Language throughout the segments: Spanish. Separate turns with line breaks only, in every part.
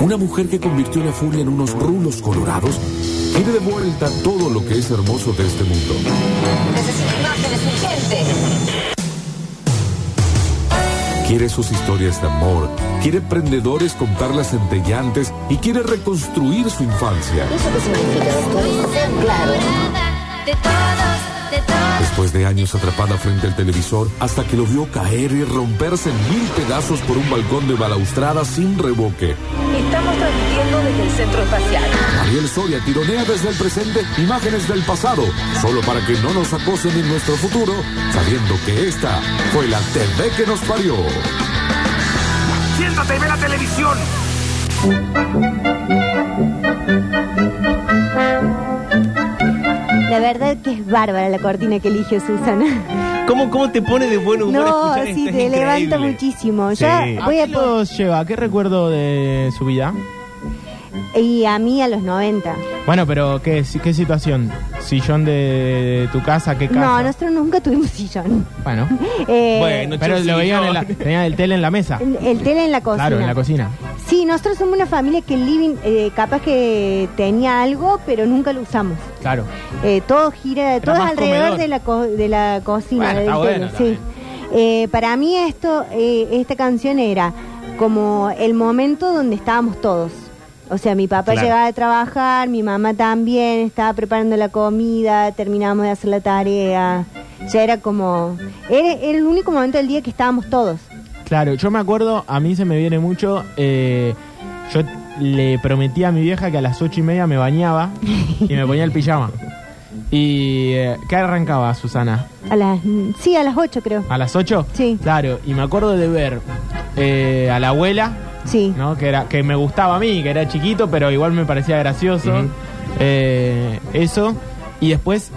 Una mujer que convirtió la furia en unos rulos colorados quiere de vuelta todo lo que es hermoso de este mundo.
Necesito imágenes urgentes.
Quiere sus historias de amor, quiere prendedores con perlas centellantes y quiere reconstruir su infancia.
¿Eso qué significa, doctor? Ser claro.
De todos, de todos.
Después de años atrapada frente al televisor, hasta que lo vio caer y romperse en mil pedazos por un balcón de balaustrada sin revoque.
Estamos transmitiendo desde el centro espacial.
Ariel Soria tironea desde el presente imágenes del pasado, solo para que no nos acosen en nuestro futuro, sabiendo que esta fue la TV que nos parió.
Siéntate y ve la televisión.
La verdad que es bárbara la cortina que eligió Susana.
¿Cómo, cómo te pone de buen humor
No,
escuchar
sí,
esto? Es
te levanta
increíble.
muchísimo.
Sí.
Ya
¿A
voy
¿Qué
a po-
los lleva? ¿Qué recuerdo de su vida?
y a mí a los 90.
Bueno, pero ¿qué, qué situación? ¿Sillón de tu casa? ¿Qué casa?
No, nosotros nunca tuvimos sillón.
Bueno,
Eh,
Bueno,
pero
che,
lo veían en la,
sillón.
tenían el tele en la mesa.
el, el tele en la cocina.
Claro, en la cocina.
Sí, nosotros somos una familia que el living eh, capaz que tenía algo, pero nunca lo usamos.
Claro.
Eh, todo gira, todo es
más
alrededor
comedor.
de la, co- de la cocina.
Bueno,
del
está
tele,
bueno
sí. Eh, para mí esto, eh, esta canción era como el momento donde estábamos todos. O sea, mi papá
Claro.
llegaba de trabajar, mi mamá también, estaba preparando la comida, terminábamos de hacer la tarea. Ya era como... Era, era el único momento del día que estábamos todos.
Claro, yo me acuerdo, a mí se me viene mucho. eh, yo le prometí a mi vieja que a las ocho y media me bañaba y me ponía el pijama. ¿Y eh, qué arrancaba, Susana?
A las, sí, a las 8 creo.
¿A las 8?
Sí.
Claro, y me acuerdo de ver eh, a la abuela,
Sí.
¿no? Que, era, que me gustaba a mí, que era chiquito, pero igual me parecía gracioso.
Ujú.
Eh, eso. Y después,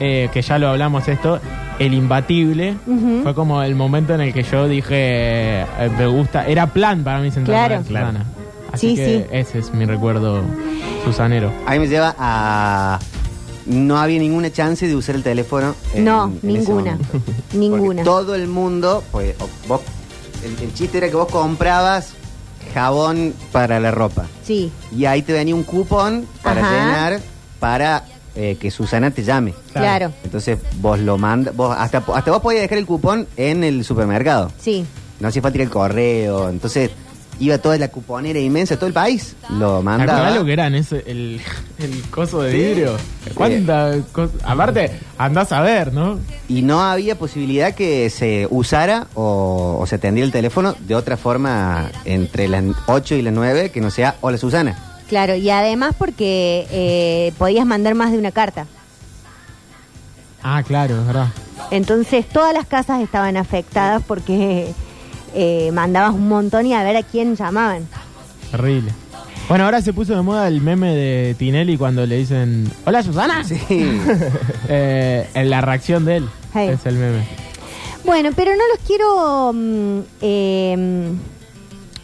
eh, que ya lo hablamos esto, el imbatible.
Ujú.
Fue como el momento en el que yo dije, eh, me gusta. Era plan para mí sentarme
Claro.
a ver Susana. Así
Sí,
que
sí.
ese es mi recuerdo susanero.
A mí me lleva a... No había ninguna chance de usar el teléfono. en-
no,
en ese
ninguna.
momento. Porque
Ninguna.
todo el mundo, pues o- vos, el, el chiste era que vos comprabas jabón para la ropa.
Sí.
Y ahí te venía un cupón para
Ajá.
llenar para eh, que Susana te llame.
Claro.
Entonces vos lo mandas, vos hasta, hasta vos podías dejar el cupón en el supermercado.
Sí.
No hacía falta ir al correo. Entonces iba toda la cuponera inmensa, todo el país lo
¿Te
mandaba.
acordás lo que eran ese, el, el coso de vidrio? ¿Cuánta cosa? Aparte, andás a ver, ¿no?
Y no había posibilidad que se usara o, o se atendiera el teléfono de otra forma entre las 8 y las 9 que no sea hola Susana.
Claro, y además porque eh, podías mandar más de una carta.
Ah, claro, es verdad.
Entonces todas las casas estaban afectadas porque eh, mandabas un montón y a ver a quién llamaban.
Terrible. Bueno, ahora se puso de moda el meme de Tinelli cuando le dicen, hola Susana.
Sí.
Eh, en la reacción de él
Hey.
es el meme.
Bueno, pero no los quiero... mm, eh,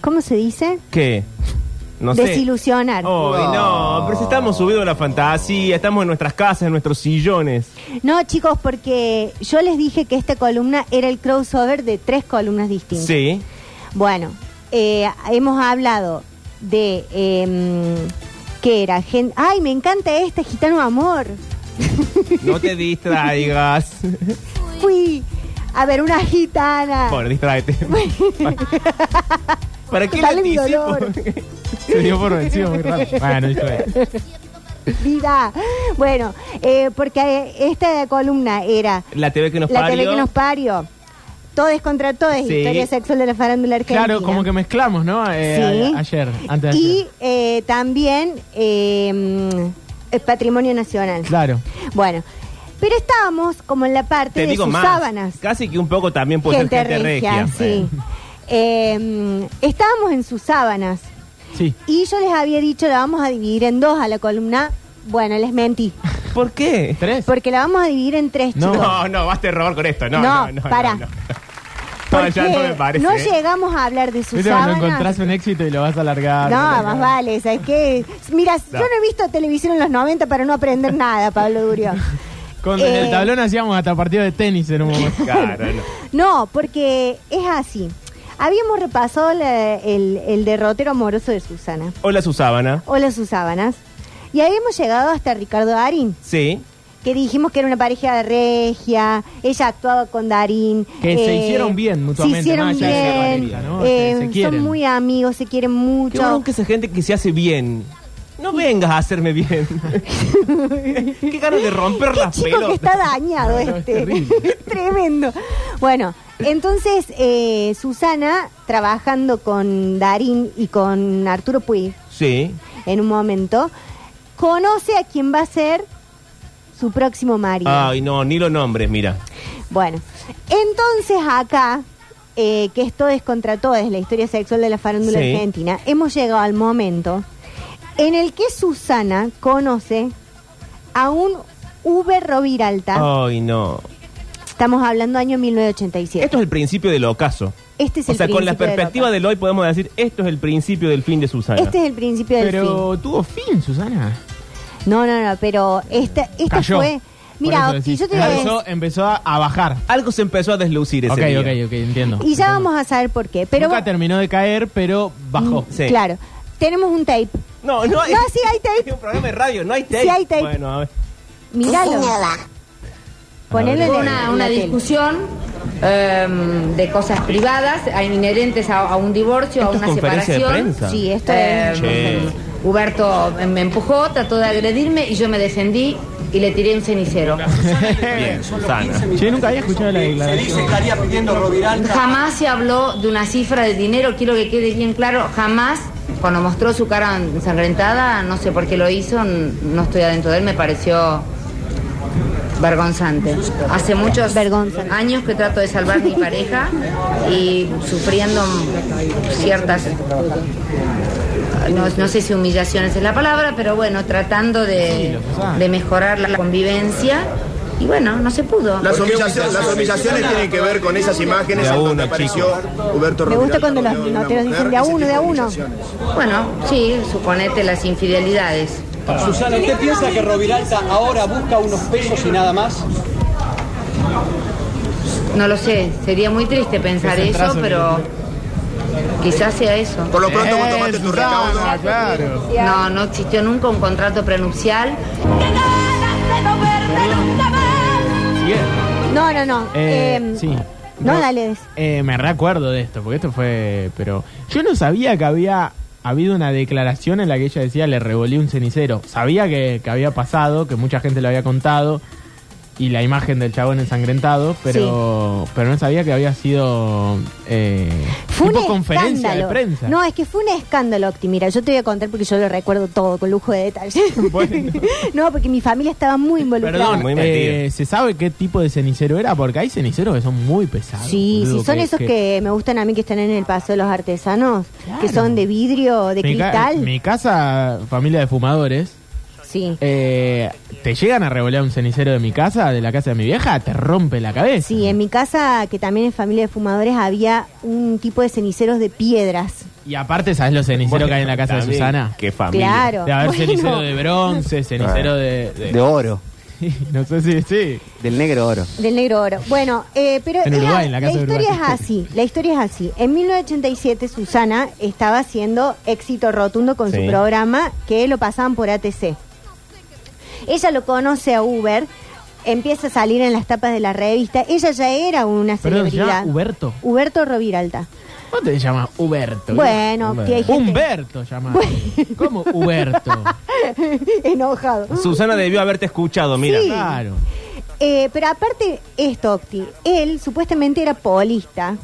¿Cómo se dice?
¿Qué? No sé.
Desilusionar.
Oh, y no, pero si estamos subidos a la fantasía, estamos en nuestras casas, en nuestros sillones.
No, chicos, porque yo les dije que esta columna era el crossover de tres columnas distintas.
Sí.
Bueno, eh, hemos hablado de eh, que era gente. ¡Ay, me encanta esta, Gitano Amor!
No te distraigas.
Fui a ver una gitana.
Bueno, distráete. ¿Para qué
Dale
le
mi
anticipo?
dolor.
Se dio por vencido muy rápido. Bueno, dijo él.
Vida. Bueno, eh, porque eh, esta columna era
La TV que nos
La
parió.
tele que nos parió. Todes contra todos,
Sí.
historia sexual de la farándula argentina.
Claro, como que mezclamos, ¿no? Eh,
Sí.
a- ayer, antes de
Y
ayer.
eh, también eh, mm, el patrimonio nacional.
Claro.
Bueno, pero estábamos como en la parte
Te
de
digo
sus
más.
sábanas.
Casi que un poco también puede ser gente regia.
sí. Eh, estábamos en sus sábanas
Sí.
y yo les había dicho la vamos a dividir en dos a la columna. Bueno, les mentí,
¿Por qué?
¿Tres?
porque la vamos a dividir en tres,
No.
chicos.
No, no, basta de robar con esto. No,
No,
no, no.
pará.
No, no. No, ya no me
Porque
parece.
no
¿eh?
llegamos a hablar de sus
Viste cuando encontrás
sábanas.
un éxito y lo vas a alargar.
No,
alargar.
más vale, ¿sabes qué? Mira, yo
No.
no he visto televisión en los 90 para no aprender nada, Pablo Durio.
Con,
Eh,
En el tablón hacíamos hasta partido de tenis en un momento.
Claro, no.
No, porque es así. Habíamos repasado la- el, el derrotero amoroso de Susana.
Hola, Susabana.
Hola, sus sábanas. Y habíamos llegado hasta Ricardo Darín,
Sí.
que dijimos que era una pareja de regia, ella actuaba con Darín. eh,
Que se hicieron bien mutuamente,
Se hicieron
más allá de la
bien,
rivalidad, ¿no? Se-
eh,
se quieren.
son muy amigos, se quieren
Qué
mucho.
bueno que esa gente que se hace bien. No vengas a hacerme bien. Qué ganas de romper
Qué
las
chico que
pelotas.
está dañado este. Tremendo. Bueno, entonces eh, Susana, trabajando con Darín y con Arturo Puig
Sí.
en un momento, conoce a quien va a ser su próximo marido.
Ay, no, ni los nombres, mira.
Bueno, entonces acá, eh, que esto es contra todo, es la historia sexual de la farándula
Sí.
argentina, hemos llegado al momento en el que Susana conoce a un Uber Roviralta.
Ay, no.
Estamos hablando año 1987.
Esto es el principio del ocaso.
este es
o
el
sea, con la
principio del
perspectiva
ocaso.
del hoy podemos decir, esto es el principio del fin de Susana.
Este es el principio del
Pero tuvo fin, Susana.
fin. No, no, no, pero esta, esta
Cayó.
fue... Mira,
Por eso
y
decís,
yo te voy a decir-
empezó, empezó a- a bajar.
Algo se empezó a deslucir ese
Ok,
día.
ok, ok, entiendo.
Y ya vamos a saber por qué. Pero
Nunca
va-
terminó de caer, pero bajó.
Sí.
Claro, tenemos un tape.
No, no hay. Este
No, sí hay tape.
Es un programa de radio, no hay tape.
Sí hay tape.
Bueno, a ver.
Míralo. Ponelo en
Fue
la- en
una,
la
una
tele.
discusión em, de cosas privadas a- inherentes a, a un divorcio, a
Esto es
una
conferencia de
separación.
prensa.
Sí, esto
Em,
es...
Che.
Huberto me- me empujó, trató de agredirme y yo me defendí y le tiré un cenicero.
Bien, Susana.
Mm.
Che, nunca había escuchado la declaración.
Jamás se habló de una cifra de dinero, quiero que quede bien claro, jamás. Cuando mostró su cara ensangrentada, no sé por qué lo hizo, n- no estoy adentro de él, me pareció vergonzante. Hace muchos
Vergonzante.
años que trato de salvar mi pareja y sufriendo ciertas, no, no sé si humillaciones es la palabra, pero bueno, tratando de, de mejorar la convivencia y bueno, no se pudo.
Las humillaciones, las humillaciones tienen que ver con esas imágenes
De a
en
uno,
donde apareció Huberto
Me gusta
Roviralta
cuando los
rodeado de una
minoteros dicen
mujer,
de a
ese
uno,
tipo
de a uno.
humillaciones.
Bueno, sí, suponete las infidelidades.
Susana, ¿usted piensa que Roviralta ahora busca unos pesos y nada más?
No lo sé, sería muy triste pensar
Ese
eso,
trazo
pero quizás sea eso.
Por lo pronto vos
Eh,
tomaste tu
Susana,
recaudo.
claro.
No, no existió nunca un contrato prenupcial.
No, no, no.
Eh,
Em,
sí.
No, dale. des.
Eh, me recuerdo de esto, porque esto fue. Pero yo no sabía que había habido una declaración en la que ella decía le revolí un cenicero. Sabía que, que había pasado, que mucha gente lo había contado y la imagen del chabón ensangrentado, pero pero no sabía que había sido eh,
Fue
tipo
un
conferencia
escándalo.
de prensa.
No, es que fue un escándalo, Octi. Mira, yo te voy a contar porque yo lo recuerdo todo con lujo de detalle.
Bueno.
no, porque mi familia estaba muy involucrada.
Perdón,
Muy
eh,
metido.
¿se sabe qué tipo de cenicero era? Porque hay ceniceros que son muy pesados.
Sí,
boludo,
sí, son esos que, me gustan a mí que están en el Paseo de los Artesanos, que
Claro.
son de vidrio, de
mi, ca-
cristal.
mi casa, familia de fumadores,
Sí.
eh, te llegan a revolear un cenicero de mi casa, de la casa de mi vieja, te rompe la cabeza.
Sí, en mi casa, que también es familia de fumadores, había un tipo de ceniceros de piedras.
Y aparte, ¿sabes los ceniceros que hay en la casa de
También,
Susana?
Qué familia.
Claro.
De haber
Bueno.
cenicero de bronce, cenicero de... de-
De oro,
no sé si... Sí.
del negro oro.
Del negro oro. Bueno, eh, pero
En
es a-
Uruguay, en la casa de
historia
Uruguay.
es así. La historia es así. En 1987 Susana estaba haciendo éxito rotundo con
Sí.
su programa que lo pasaban por ATC. Ella lo conoce a Uber, empieza a salir en las tapas de la revista. Ella ya era una
Perdón, ¿se llama
celebridad.
Huberto?
Huberto Roviralta.
¿Cómo te llamas Huberto?
Bueno, que hay gente
Humberto llamado. ¿Cómo Huberto?
enojado.
Susana debió haberte escuchado, mira.
Mm. Sí.
Claro.
Eh, pero aparte esto, Octi, él supuestamente era polista.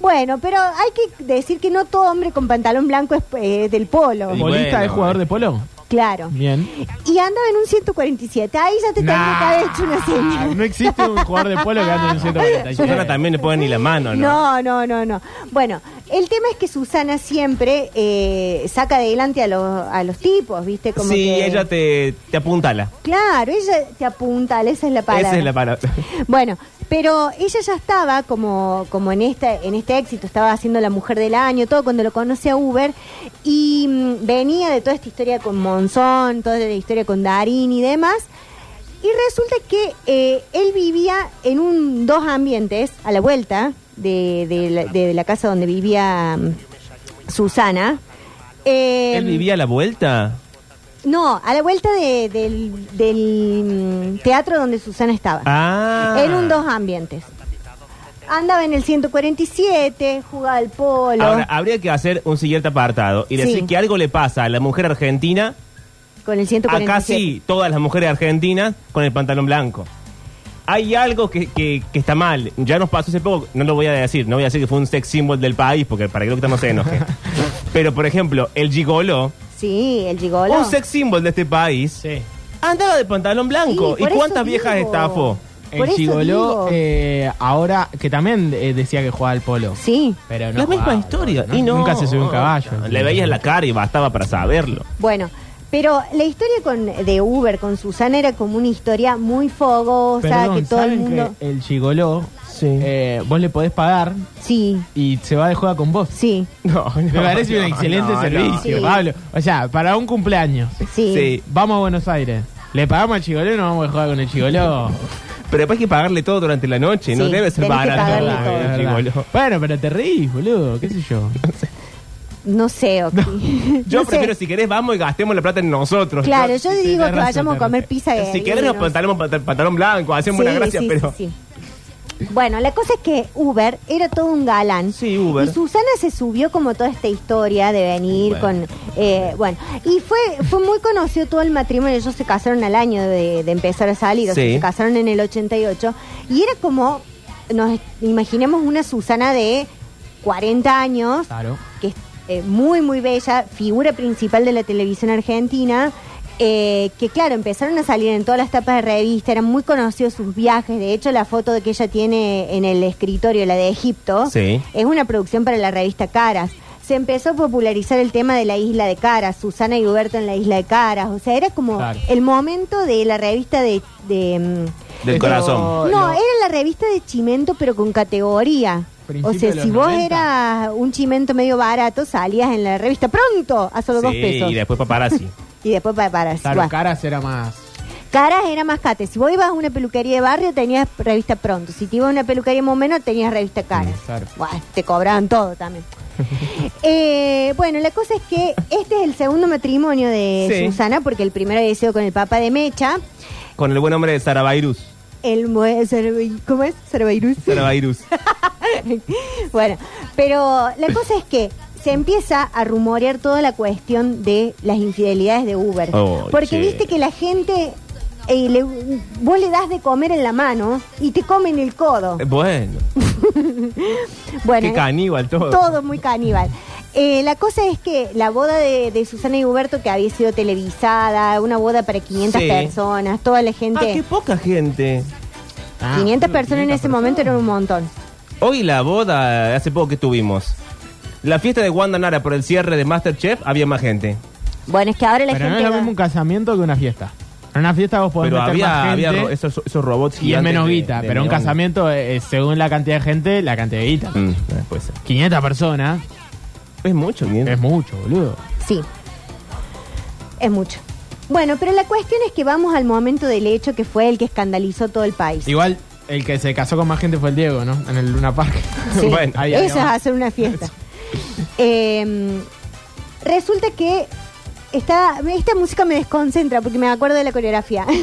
Bueno, pero hay que decir que no todo hombre con pantalón blanco es eh, del polo.
Y
¿Polista
bueno,
es jugador de polo?
Claro.
Bien.
Y andaba en un 147. Ahí ya te tendría que haber hecho una
Nah,
señal.
No existe un jugador de polo que ande en un 147.
Susana también le pone ni la mano, ¿no?
No, no, no, no. Bueno, el tema es que Susana siempre eh, saca adelante a los, a los tipos, ¿viste? Como
sí,
que-
ella te, te apuntala.
Claro, ella te apunta, esa es la palabra.
Esa es la palabra.
Bueno, pero ella ya estaba como, como en este, en este éxito, estaba haciendo la mujer del año, todo cuando lo conoce a Uber, y mm, venía de toda esta historia con Monzón, toda la historia con Darín y demás. Y resulta que eh, él vivía en un dos ambientes a la vuelta, de, de la, de la casa donde vivía mm, Susana. eh,
¿Él vivía a la vuelta?
No, a la vuelta de- del, del, mm, teatro donde Susana estaba.
Ah.
En un dos ambientes. Andaba en el 147, jugaba al polo.
Ahora, habría que hacer un siguiente apartado y decir
Sí.
que algo le pasa a la mujer argentina,
con el
a
147.
casi todas las mujeres argentinas, con el pantalón blanco. Hay algo que, que- que está mal. Ya nos pasó hace poco, no lo voy a decir, no voy a decir que fue un sex symbol del país, porque para que no se enoje. Pero, por ejemplo, el gigolo,
Sí, el gigolo.
un sex symbol de este país, andaba de pantalón blanco.
Sí,
¿Y
por
cuántas
eso
viejas
digo.
estafó?
Por
El
eso digo.
chigoló eh, ahora, que también eh, decía que jugaba al polo.
Sí.
Pero no
La misma
jugaba.
historia.
No,
y no,
Nunca se subió un caballo.
Le veías la cara y bastaba para saberlo.
Bueno, pero la historia con de Uber con Susana era como una historia muy fogosa,
Perdón,
que todo el
¿saben que
mundo...
el chigoló, eh, vos le podés pagar
Sí,
y se va de juega con vos.
sí,
No,
Me parece un excelente servicio,
Sí.
Pablo. O sea, para un cumpleaños,
sí.
Sí.
vamos a Buenos Aires. Le pagamos al chigoló y nos vamos a jugar con el chigoló.
Pero después hay que pagarle todo durante la noche, no
Sí,
debe ser
tenés que
barato.
pagarle
Ah,
todo.
el
Es verdad.
gigolo.
Bueno, pero te reís, boludo, qué sé yo.
No sé, Oki.
Yo
No sé.
prefiero, si querés, vamos y gastemos la plata en nosotros.
Claro,
Yo-
yo digo que
razón,
vayamos a
tenés
comer pizza de
si querés, nos pantalón, pantalón blanco, hacemos una gracia, pero.
Bueno, la cosa es que Uber era todo un galán.
Sí, Uber.
Y Susana se subió como toda esta historia de venir
Bueno.
con... eh, bueno, y fue fue muy conocido todo el matrimonio. Ellos se casaron al año de, de empezar a salir. o sea,
Sí.
se casaron en el 88. Y era como, nos imaginemos una Susana de 40 años
Claro.
que es eh, muy, muy bella, figura principal de la televisión argentina, eh, que claro, empezaron a salir en todas las tapas de revista, eran muy conocidos sus viajes, de hecho la foto de que ella tiene en el escritorio, la de Egipto,
Sí.
es una producción para la revista Caras. Se empezó a popularizar el tema de la isla de Caras, Susana y Huberto en la isla de Caras, o sea, era como
Claro.
el momento de la revista de... de, mm,
Del
Pero-
corazón.
no,
lo-
era la revista de Chimento, pero con categoría.
Principio
O sea,
de los
si vos
90.
eras un Chimento medio barato, salías en la revista pronto a solo dos
Sí,
pesos.
y después paparazzi.
Y después para, para
Claro, caras era más.
Caras era más cate. Si vos ibas a una peluquería de barrio, tenías revista pronto. Si te ibas a una peluquería más o menos, tenías revista caras.
Mm, claro.
Buah, te cobraban todo también. Eh, bueno, la cosa es que este es el segundo matrimonio de
Sí.
Susana, porque el primero había sido con el papá de Mecha.
Con el buen hombre de Sarabairus.
El, mue- Sarabay- ¿Cómo es? Sarabairus.
Sarabairus.
Bueno, pero la cosa es que se empieza a rumorear toda la cuestión de las infidelidades de Uber.
Oh,
porque
che.
viste que la gente, eh, le- vos le das de comer en la mano y te comen el codo.
Eh, Bueno,
Bueno,
qué caníbal todo.
todo muy caníbal. Eh, la cosa es que la boda de, de Susana y Huberto, que había sido televisada, una boda para 500
Sí.
personas, toda la gente...
Ah, qué poca gente. Ah,
500 personas en ese momento era un montón.
Hoy la boda, hace poco que tuvimos. La fiesta de Wanda Nara por el cierre de Masterchef, había más gente.
Bueno, es que ahora la
Pero no
gente...
es lo
va-
mismo un casamiento que una fiesta. En una fiesta vos podés
Pero
meter más
había,
gente
había ro- esos, esos robots
y es
gigantes
menos
de-
guita.
de
pero un
neón.
casamiento, eh, eh, según la cantidad de gente, la cantidad de guita.
Mm, eh, puede ser.
500 personas
Es mucho, bien.
es mucho, boludo.
Sí. Es mucho. Bueno, pero la cuestión es que vamos al momento del hecho que fue el que escandalizó todo el país.
Igual, el que se casó con más gente fue el Diego, ¿no? En el Luna Park.
Sí.
Bueno,
ahí
Eso
había
es
más.
hacer una fiesta. Eh, resulta que esta, esta música me desconcentra porque me acuerdo de la coreografía.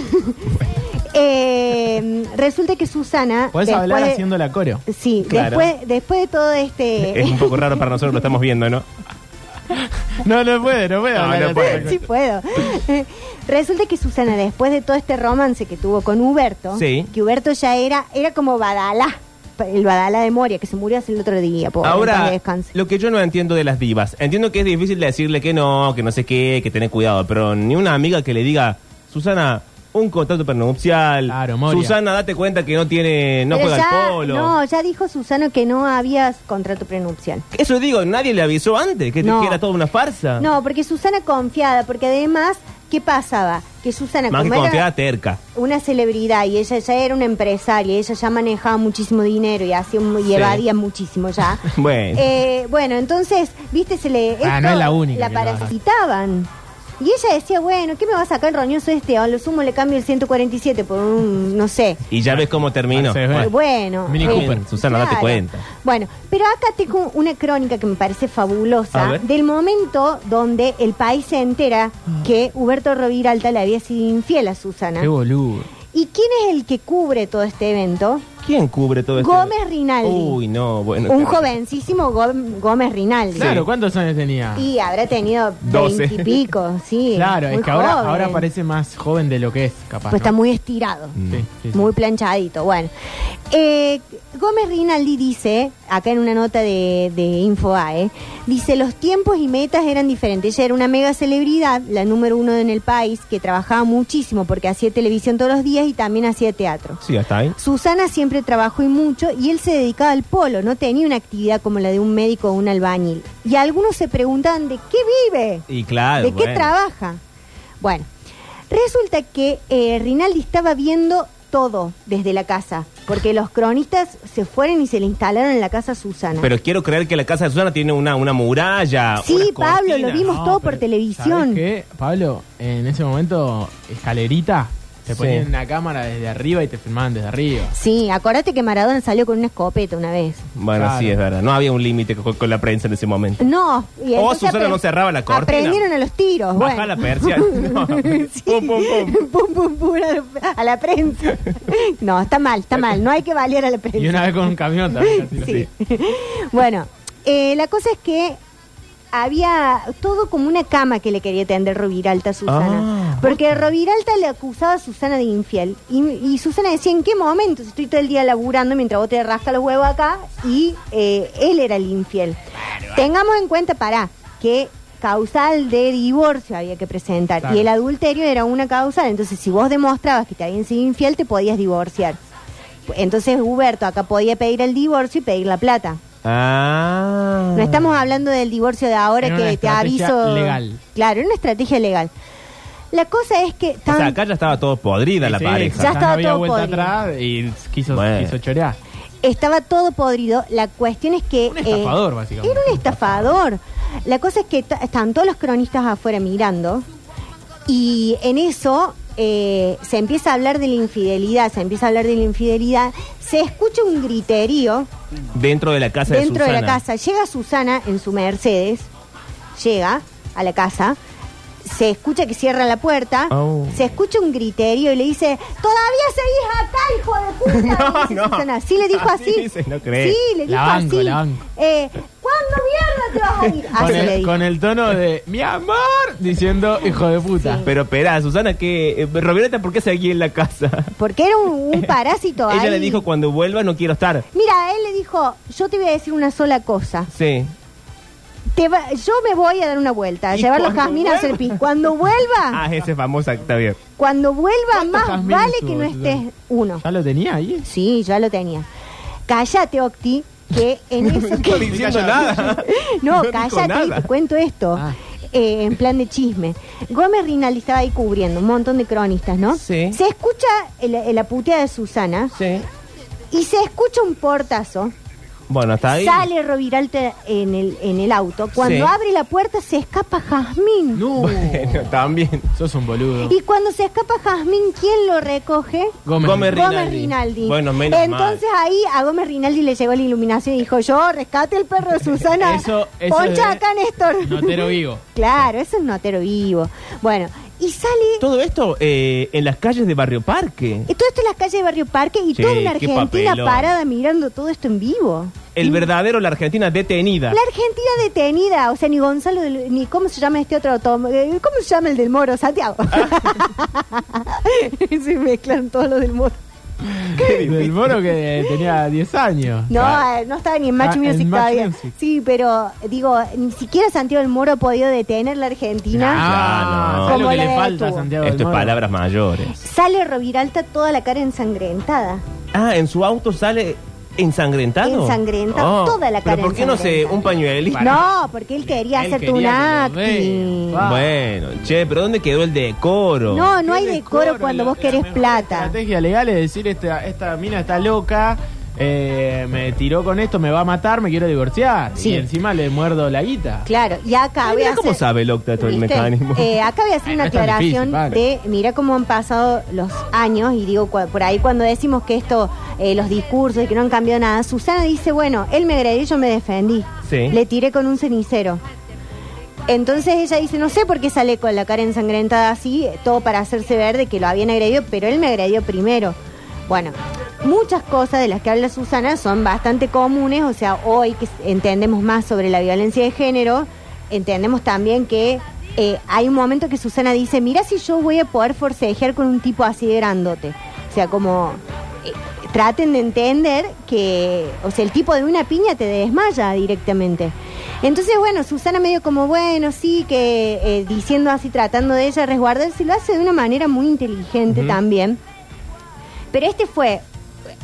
Eh, resulta que Susana.
Podés
después
hablar
de-
haciendo la coreo.
Sí,
Claro.
después, después de todo este.
Es un poco raro para nosotros, lo estamos viendo, ¿no?
No, no puede, no puede
No,
hablar
no
así.
puede.
Sí puedo. Resulta que Susana, después de todo este romance que tuvo con Huberto,
Sí.
que Huberto ya era, era como Badala, el Badala de Moria, que se murió hace el otro día, pobre, en paz
Ahora,
descanse.
lo que yo no entiendo de las divas, entiendo que es difícil decirle que no, que no sé qué, que tener cuidado, pero ni una amiga que le diga, Susana, un contrato prenupcial,
Claro, Moria.
Susana, date cuenta que no tiene, no
Pero
juega
ya,
al polo.
No, ya dijo Susana que no había contrato prenupcial.
Eso digo, nadie le avisó antes, que,
No.
que era toda una farsa.
No, porque Susana confiada, porque además, ¿qué pasaba? Que Susana,
Más que
como era
confiada, terca.
una celebridad y ella ya era una empresaria, ella ya manejaba muchísimo dinero y hacía un- y
Sí.
evadía muchísimo ya.
Bueno.
Eh, bueno, Eh, entonces, viste, se le.
Eh. Ah, no es la única
La
que lo hace.
parasitaban. Y ella decía, bueno, ¿qué me va a sacar el roñoso este? A lo sumo le cambio el 147 por un, no sé.
Y ya ves cómo terminó.
Sí,
Eh, Bueno.
Mini
eh,
Cooper,
Susana, date cuenta.
Bueno, pero acá tengo una crónica que me parece
A
fabulosa
ver.
del momento donde el país se entera que Huberto Roviralta le había sido infiel a Susana.
Qué boludo.
¿Y quién es el que cubre todo este evento?
¿Quién cubre todo esto?
Gómez Rinaldi.
Uy, no, bueno.
Un
qué-
jovencísimo Gó- Gómez Rinaldi.
Claro, ¿cuántos años tenía?
Y habrá tenido
12.
veintipico, sí.
Claro, es
muy
que ahora,
joven.
ahora parece más joven de lo que es, capaz.
Pues está
¿no?
muy estirado.
Mm. Sí, sí, sí.
Muy planchadito, bueno. Eh, Gómez Rinaldi dice, acá en una nota de, de InfoAE, dice, los tiempos y metas eran diferentes. Ella era una mega celebridad, la número uno en el país, que trabajaba muchísimo porque hacía televisión todos los días y también hacía teatro.
Sí, hasta ahí.
Susana siempre trabajó y mucho y él se dedicaba al polo, no tenía una actividad como la de un médico o un albañil. Y algunos se preguntan, ¿de qué vive?
Y claro.
¿De qué
Ah, bueno.
trabaja? Bueno, resulta que eh, Rinaldi estaba viendo todo desde la casa, porque los cronistas se fueron y se le instalaron en la casa a Susana.
Pero ah, quiero creer que la casa de Susana tiene una, una muralla.
sí,
unas
Pablo, lo
cortinas.
vimos
No,
todo
pero
por televisión.
¿sabés qué, Pablo? En ese momento, escalerita, te
Sí.
ponían una cámara desde arriba y te filmaban desde arriba.
Sí, acordate que Maradona salió con una escopeta una vez.
Bueno,
Claro.
sí, es verdad. No había un límite con, con la prensa en ese momento.
No, y
Oh,
entonces
Susana
apre-
no cerraba la cortina.
Aprendieron a los tiros.
Baja
bueno.
la persiana. No.
Sí.
Pum, pum, pum.
Pum, pum, pum, a la- a la prensa. No, está mal, está mal. No hay que valer a la prensa.
Y una vez con un camión también. así lo
Sí.
hacía.
bueno, eh, la cosa es que había todo como una cama que le quería tender Roviralta a Susana.
Ah.
porque Roviralta le acusaba a Susana de infiel. Y, y Susana decía, ¿en qué momento? Si Estoy todo el día laburando mientras vos te rasca los huevos acá. Y eh, él era el infiel. Tengamos en cuenta, para que causal de divorcio había que presentar.
Claro.
Y el adulterio era una causal. Entonces, si vos demostrabas que te habían sido infiel, te podías divorciar. Entonces Huberto acá podía pedir el divorcio y pedir la plata.
Ah.
No estamos hablando del divorcio de ahora
Mm. Era
que
una
te
estrategia
aviso.
legal.
Claro, era una estrategia legal. La cosa es que
O
tan-
sea, acá ya estaba todo podrida la
Sí,
pareja.
Ya
no
estaba
había
todo
vuelta
podrido.
atrás y quiso,
Bueno.
quiso chorear.
estaba todo podrido. La cuestión es que.
Un
eh,
estafador, básicamente.
Era un estafador. La cosa es que ta- estaban todos los cronistas afuera mirando. Y en eso eh, se empieza a hablar de la infidelidad. Se empieza a hablar de la infidelidad. Se escucha un griterío.
Dentro de la casa
dentro
de
de
Susana.
la casa. Llega Susana en su Mercedes, llega a la casa, se escucha que cierra la puerta,
Oh.
se escucha un griterío y le dice, todavía seguís acá, hijo de puta.
No,
Le dice
no.
Susana. Sí le dijo
Así
así.
dice, no crees.
Sí, le
La
dijo
banco,
así.
la banco.
Eh, ¿Cuándo mierda te vas a ir?
Con
Así le
el,
dijo.
con el tono de mi amor, diciendo hijo de puta.
Ah, Pero espera, Susana, que. eh, Roberta, ¿por qué seguí en la casa?
Porque era un, un parásito
Ella
ahí.
le dijo, cuando vuelva no quiero estar.
Mira, él le dijo, yo te voy a decir una sola cosa.
Sí.
Te va- yo me voy a dar una vuelta, a
¿Y
llevar los
cuando
jazmines a
vuelva?
hacer pis. Cuando vuelva,
Ah, ese famosa, está bien.
Cuando vuelva,
¿Cuántos
más
jazmines
vale
tuvo,
que no
Susana?
estés uno.
¿Ya lo tenía ahí?
Sí, ya lo tenía. Cállate, Octi, que en eso
No
que...
diciendo nada.
No,
dijo
cállate,
nada.
te cuento esto.
Ah.
eh, en plan de chisme. Gómez Rinaldi estaba ahí cubriendo un montón de cronistas, ¿no?
Sí.
Se escucha el- el- la puteada de Susana
Sí.
y se escucha un portazo.
Bueno, hasta ahí.
Sale Roviralta en el, en el auto. Cuando
Sí.
abre la puerta se escapa Jazmín.
No.
Bueno, también.
Sos un boludo.
Y cuando se escapa Jazmín, ¿quién lo recoge?
Gómez.
Gómez Rinaldi.
Gómez Rinaldi.
Bueno, menos
Entonces ahí a Gómez Rinaldi le llegó la iluminación y dijo, yo rescate el perro de Susana.
Eso- eso
Poncha
es de-
acá, Néstor.
Notero vivo.
Claro, eso es notero vivo. Bueno, y sale...
Todo esto eh, en las calles de Barrio Parque.
y todo esto en las calles de Barrio Parque y
Che,
toda una
qué
Argentina
papelón.
parada mirando todo esto en vivo.
El verdadero, la Argentina detenida.
La Argentina detenida, o sea, ni Gonzalo, del- ni cómo se llama este otro autom- eh, ¿cómo se llama el del Moro, Santiago? se mezclan todos los del Moro.
Del moro que tenía 10 años.
No, eh, no estaba ni en Match
Ah, en
Music
Match
todavía.
Music.
Sí, pero digo, ni siquiera Santiago del Moro ha podido detener la Argentina.
Ah,
no.
¿sabes
Como
lo que
la
le
de
falta a
tu.
Santiago del
Esto es
Moro?
palabras mayores.
Sale Roviralta toda la cara ensangrentada.
Ah, en su auto sale ensangrentado. Oh,
Ensangrentado, toda la cara
¿Pero por qué no sé,
ensangrentada.
un pañuelito?
No, porque él quería
Él
hacerte
quería
un
que lo
acting.
vea.
Bueno, che, pero ¿dónde quedó el decoro?
No, no hay
Tiene
decoro
coro,
cuando
la-
vos querés
la mejor
plata.
estrategia legal es decir, esta, esta mina está loca, eh, me tiró con esto, me va a matar, me quiero divorciar.
Sí.
Y encima le muerdo la guita.
Claro, y acá voy a
Mira ¿Cómo
hacer-
sabe el octa todo el
¿Viste?
mecanismo?
Eh, acá voy a hacer
Ay,
una
no es tan
aclaración
difícil,
de,
vale.
mira cómo han pasado los años, y digo, cua- por ahí cuando decimos que esto, eh, los discursos y que no han cambiado nada, Susana dice, bueno, él me agredió, yo me defendí.
Sí.
Le tiré con un cenicero. Entonces ella dice, no sé por qué sale con la cara ensangrentada así, todo para hacerse ver de que lo habían agredido, pero él me agredió primero. Bueno, muchas cosas de las que habla Susana son bastante comunes, o sea, hoy que entendemos más sobre la violencia de género, entendemos también que eh, hay un momento que Susana dice, mira si yo voy a poder forcejear con un tipo así de grandote. O sea, como eh, traten de entender que, o sea, el tipo de una piña te desmaya directamente. Entonces, bueno, Susana medio como, bueno, sí, que eh, diciendo así, tratando de ella resguardarse, lo hace de una manera muy inteligente también. Pero este fue,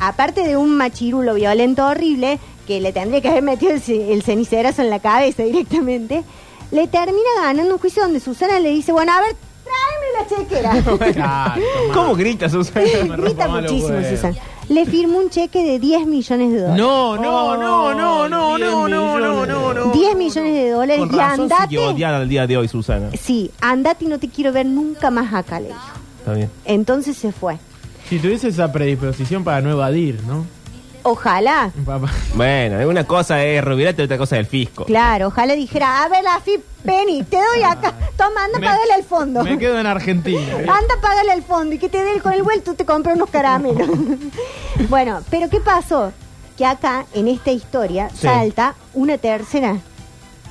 aparte de un machirulo violento horrible, que le tendría que haber metido el, ce- el cenicerazo en la cabeza directamente, le termina ganando un juicio donde Susana le dice, bueno, a ver, tráeme la chequera.
Claro, tomá.
¿Cómo grita Susana?
Grita
mal los
muchísimo,
huevos.
Susana. Le firmó un cheque de 10 millones de dólares.
No, no, no, no, no, no, no, no, no, no.
10 millones de dólares
Con
y
razón
andate.
sigue odiada al día de hoy, Susana.
Sí, andate y no te quiero ver nunca más acá, le dijo.
Está bien.
Entonces se fue.
Si tuviese esa predisposición para no evadir, ¿no?
Ojalá,
Papá.
Bueno, una cosa es Rubirate y otra cosa es el fisco.
claro, ojalá dijera, a ver la FIP, Penny, te doy acá. Toma, anda,
Me-
pagale el fondo.
Me quedo en Argentina. ¿eh?
Anda, pagale al fondo y que te dé el- con el vuelto te compré unos caramelos. bueno, pero ¿qué pasó? Que acá, en esta historia,
Sí.
salta una tercera.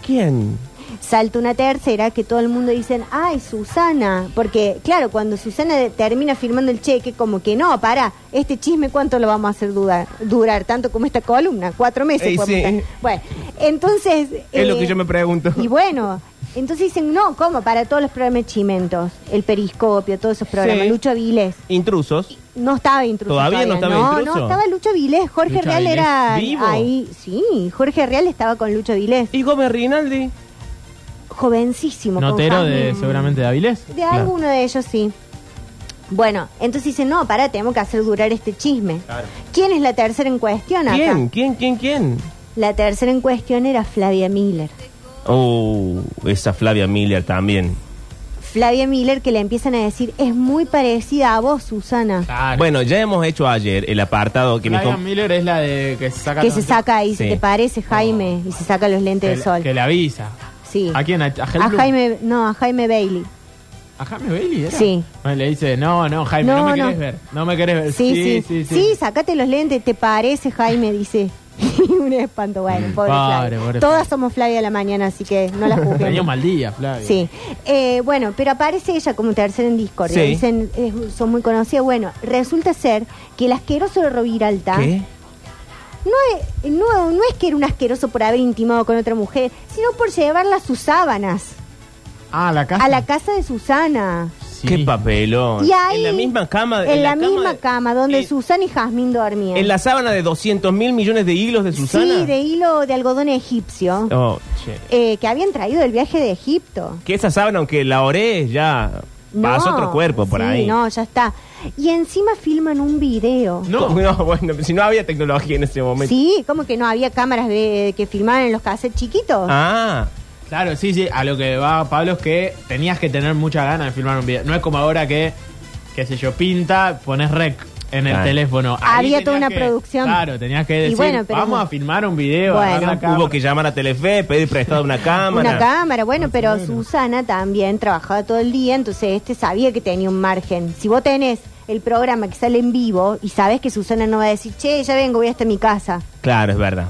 ¿Quién?
Salta una tercera que todo el mundo dicen, ay, Susana. Porque, claro, cuando Susana de- termina firmando el cheque, como que no, para, este chisme, ¿cuánto lo vamos a hacer dudar- durar? Tanto como esta columna, cuatro meses.
Ey,
podemos
sí.
estar. Bueno, entonces...
Es lo
eh,
que yo me pregunto.
y bueno, entonces dicen, no, ¿cómo? Para todos los programas de Chimentos, el Periscopio, todos esos programas,
Sí.
Lucho Vilés.
Intrusos.
No estaba intruso.
¿Todavía no estaba intruso?
No, no, estaba Lucho Vilés. Jorge
¿Lucho
Real
Vilés
era
vivo?
ahí. Sí, Jorge Real estaba con Lucho Vilés.
¿Y Gómez Rinaldi?
Jovencísimo. con
Notero de
Jasmine.
seguramente de Avilés.
De alguno de ellos, sí. Bueno, entonces dicen, no, pará, tenemos que hacer durar este chisme. ¿Quién es la tercera en cuestión acá?
¿Quién? ¿Quién? ¿Quién? ¿Quién?
La tercera en cuestión era Flavia Miller.
Oh, esa Flavia Miller también.
Flavia Miller que le empiezan a decir, es muy parecida a vos, Susana.
Claro.
Bueno, ya hemos hecho ayer el apartado que me...
Ryan
com-
Miller es la de que se saca
Que
los-
se saca y se
Sí.
te parece, Jaime, y se saca los lentes
que,
de sol.
que le avisa.
Sí.
¿A quién? ¿A, a Hellblum?
A Jaime, no, a Jaime Bailey.
¿A Jaime Bailey? era?
Sí.
Bueno, le dice, no, no, Jaime, no,
No,
me
no.
querés ver. No me querés ver.
Sí, sí. Sí,
Eh, sí. sí.
sacate los lentes, te parece, Jaime, dice. Un espanto, bueno, pobre,
Mm. Pobre,
Flavia.
pobre
Todas
Flavia.
somos Flavia a la mañana, así que no la juzguemos.
Tenía un mal día, Flavio.
Sí, Eh, bueno, pero aparece ella como tercera en discordia.
Sí.
Dicen, eh, son muy conocidas. Bueno, resulta ser que el asqueroso de Roviralta
¿Qué?
no es, no, no es que era un asqueroso por haber intimado con otra mujer, sino por llevarla a sus sábanas,
Ah, la casa.
a la casa de Susana.
Sí.
¿Qué papelón?
Y ahí,
en la misma cama...
En, la, misma
de-
cama donde
en-
Susana y Jazmín dormían.
En la sábana de 200 mil millones de hilos de Susana.
Sí, de hilo de algodón egipcio.
Oh, che.
eh, que habían traído del viaje de Egipto.
Que esa sábana, aunque la oré, ya
No,
pasó Ah, otro cuerpo por
sí,
ahí.
No, ya está. Y encima filman un video.
No. no, bueno, si no había tecnología en ese momento.
Sí, como que no había cámaras de- que filmaban en los cassettes chiquitos.
Ah,
Claro, sí, sí. A lo que va Pablo es que tenías que tener mucha ganas de filmar un video. No es como ahora que, qué sé yo, pinta, pones rec en el
Claro.
teléfono.
Había
Ahí tenías
toda una
que-
producción.
Claro, tenías que
Y
decir,
bueno, pero
vamos
no.
a filmar un video.
Bueno.
agarrar la cámara.
hubo que llamar a Telefe, pedir prestado una cámara.
Una cámara, bueno, pero Susana también trabajaba todo el día, entonces este sabía que tenía un margen. Si vos tenés el programa que sale en vivo y sabes que Susana no va a decir, che, ya vengo, voy hasta mi casa.
Claro, es verdad.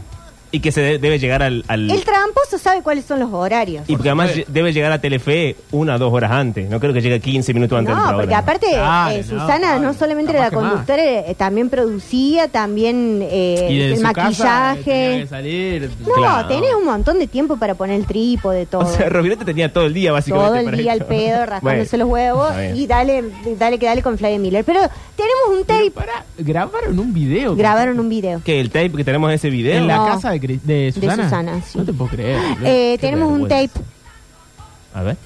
Y que se de- debe llegar al... al-
El tramposo sabe cuáles son los horarios.
y porque además lle-
supuesto.
debe llegar a Telefe una o dos horas antes. No creo que llegue 15 minutos antes del
No, porque
programa.
aparte
Claro,
eh,
no,
Susana no,
claro,
solamente era
capaz
la
que más.
conductora, eh, también producía, también eh,
Y de
el
su casa, eh, tenía
maquillaje.
que salir.
no,
Claro.
tenés un montón de tiempo para poner el trípode, todo.
O sea, Rovirete tenía todo el día, básicamente.
todo el
para
día al
esto.
pedo, rascándose
Bueno,
los huevos
está bien.
y dale, dale que dale con Flavia Miller. Pero tenemos un tape,
Pará, grabaron un video.
grabaron un video.
¿Qué, el tape que tenemos de ese video?
En la
No.
casa de, Cri- de Susana.
Susana, sí.
No te puedo creer. boludo.
Eh,
qué
tenemos un
vergüenza.
tape
A ver.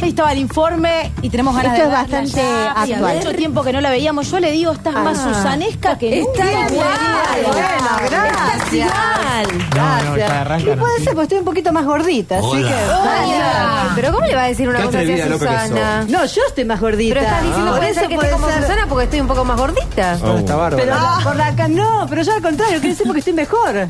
Ahí estaba el informe y tenemos ganas
Esto
de
es
verla
bastante
ya. Hace
actual.
Ah, mucho tiempo que no la veíamos. Yo le digo, estás más
Ah.
susanesca que nunca.
Está igual. Bueno,
Estás igual.
No, no, ya arranca.
Y puede ser, porque estoy un poquito más gordita, así
Hola.
que.
Hola.
Pero ¿cómo le va a decir una
Qué
cosa así a
atrevida, loco que
Susana?
sos. No, yo estoy más gordita.
Pero estás diciendo
Ah.
puede
Por
ser
eso
que esté
puede
como
ser-
Susana porque estoy un poco más gordita.
Ahora está bárbaro. Pero
Ah.
por la acá no, pero yo al contrario, quiero decir porque estoy mejor.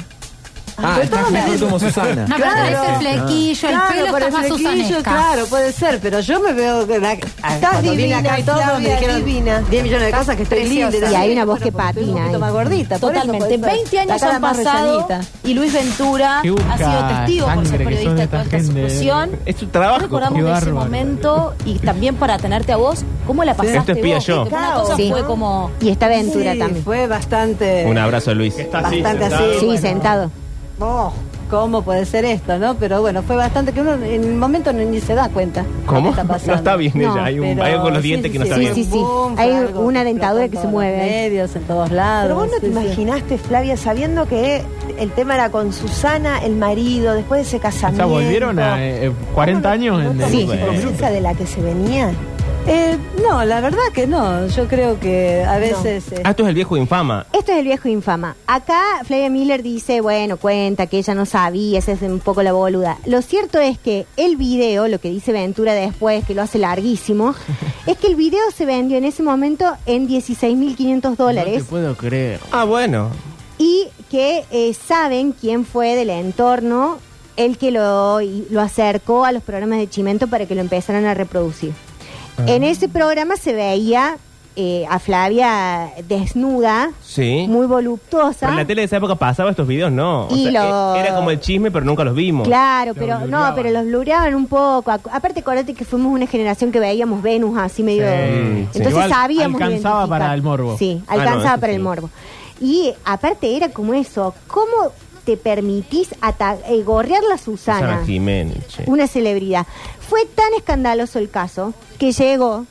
Ah,
Pero
estás
todo me-
mejor como Susana.
No, pero tenés el flequillo, el pelo
por
estás más susanesca.
Claro, puede ser, pero yo me veo... que la- Estás
cuando vine
divina,
acá,
todos me
Claudia,
dijeron
divina.
10 millones de cosas que estoy
Preciosa.
linda.
Y hay una voz que patina.
poquito más gordita. por eso,
Totalmente.
por eso,
20 años
la cara
han
más
pasado
rellenita.
y Luis Ventura ha
Qué busca
sido testigo por ser
sangre que son
periodista de toda
esta
esta
gente.
situación.
Es tu trabajo.
Recordamos
Qué
de ese
bárbaro.
momento y también para tenerte a vos, ¿cómo la pasaste
Esto Este es Pía
vos?
Yo.
Porque Una cosa
Sí.
fue como...
Y está Ventura
Sí,
también.
Fue bastante...
Un abrazo a Luis.
bastante así.
Sí, sentado.
Oh, ¿Cómo puede ser esto, no? Pero bueno, fue bastante que uno en el momento ni ni se da cuenta. de lo
¿Cómo?
que está pasando.
No está bien ella, hay un-
pero
hay algo con los dientes que no está
sí,
bien.
Sí, sí,
Boom, Hay una dentadura que se mueve. ahí.
medios en todos lados.
Pero vos no te
sí, sí.
imaginaste, Flavia, sabiendo que el tema era con Susana, el marido, después de ese
O
casamiento.
sea, volvieron a eh, eh, 40 años en
¿No
el
tomaste conciencia de la que se venía?
Eh, no, la verdad que no. Yo creo que a veces... eh,
Ah, esto es el viejo infama.
Esto es el viejo infama. Acá Flavia Miller dice, bueno, cuenta que ella no sabía, esa es un poco la boluda. Lo cierto es que el video, lo que dice Ventura después, que lo hace larguísimo, es que el video se vendió en ese momento en 16.500
No
dólares
te puedo creer.
Ah, bueno.
y que eh, saben quién fue del entorno el que lo, y- lo acercó a los programas de Chimento para que lo empezaran a reproducir.
Ah.
En ese programa se veía eh, a Flavia desnuda,
Sí.
muy voluptuosa.
Pero en la tele de esa época pasaba estos videos, no. O
Y
sea,
lo-
e- Era como el chisme, pero nunca los vimos.
Claro, pero no, pero los lureaban un poco. Acu- Aparte, acuérdate que fuimos una generación que veíamos Venus así medio.
Sí, sí.
Entonces
Igual
sabíamos.
alcanzaba
identificar.
para el morbo.
Sí,
Ah, no,
alcanzaba
eso
para el
sí.
morbo. Y aparte era como eso. ¿Cómo te permitís ata- eh, gorrear la Susana?
Susana Jiménez. che.
Una celebridad. Fue tan escandaloso el caso que llegó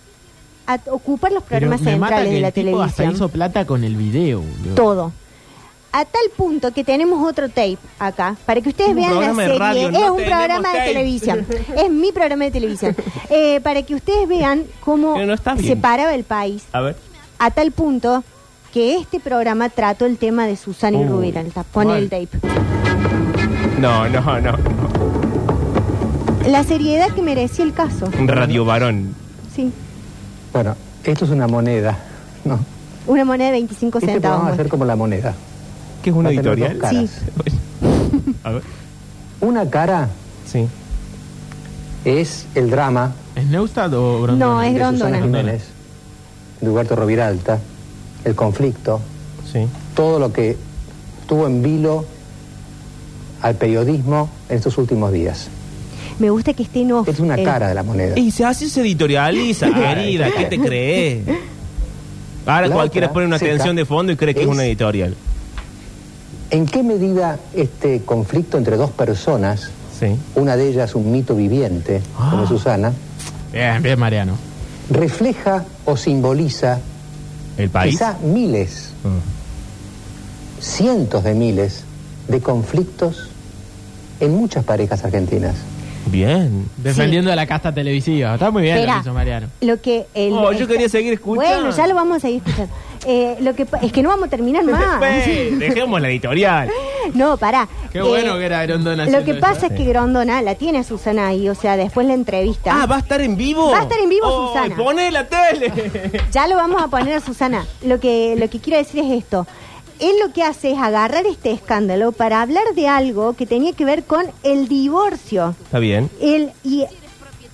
a t- ocupar los
Pero
programas
me mata
centrales
que
de
el
la
tipo hasta
televisión.
hizo plata con el video. boludo.
Todo. A tal punto que tenemos otro tape acá, para que ustedes
Un
vean la
programa de
serie.
radio, no
es un
tenemos
programa de
tape.
televisión. Es mi programa de televisión. Eh, para que ustedes vean cómo
Pero no está bien.
se paraba el país.
A ver.
A tal punto que este programa trató el tema de Susana y
Uy,
Rubiralta. Pon
mal.
el tape.
No, no, no.
La seriedad que merecía el caso.
Radio Varón.
Sí.
Bueno, esto es una moneda, ¿no?
Una moneda de 25
Este programa va a
centavos.
ser como la moneda.
¿Qué es una
Va a tener
editorial?
dos caras.
A ver.
Una cara
Sí.
es el drama
¿Es Neustadt o Grondona?
No, es
de Susana
Grondona.
Jiménez, de Huberto Roviralta, el conflicto,
Sí.
todo lo que tuvo en vilo al periodismo en estos últimos días.
Me gusta que esté en off.
Es una
eh,
cara de la moneda.
Y se hace, se editorializa, querida. ¿Qué te crees? Ahora
La
cualquiera
otra,
pone una
seca,
atención de fondo y cree que es,
es-
una editorial.
¿En qué medida este conflicto entre dos personas,
Sí. Ah.
una de ellas un mito viviente, como Susana,
Bien, bien, Mariano.
refleja o simboliza
El país. Ah.
quizá miles, cientos de miles de conflictos en muchas parejas argentinas.
Bien.
Defendiendo a la casta televisiva. Está muy bien lo
Espera.
que hizo Mariano.
Lo que el-
Oh, yo
esta-
quería seguir escuchando.
Bueno, ya lo vamos a seguir escuchando. Eh, lo que pa- es que no vamos a terminar más.
Ve, Dejemos la editorial.
No, pará.
Qué
Eh,
bueno que era Grondona. eh.
Lo que pasa es que Grondona la tiene a Susana ahí, o sea, después la entrevista.
Ah, va a estar en vivo.
Va a estar en vivo,
Oh,
Susana.
Pone la tele.
Ya lo vamos a poner a Susana. Lo que, lo que quiero decir es esto. Él lo que hace es agarrar este escándalo para hablar de algo que tenía que ver con el divorcio.
Está bien.
El, y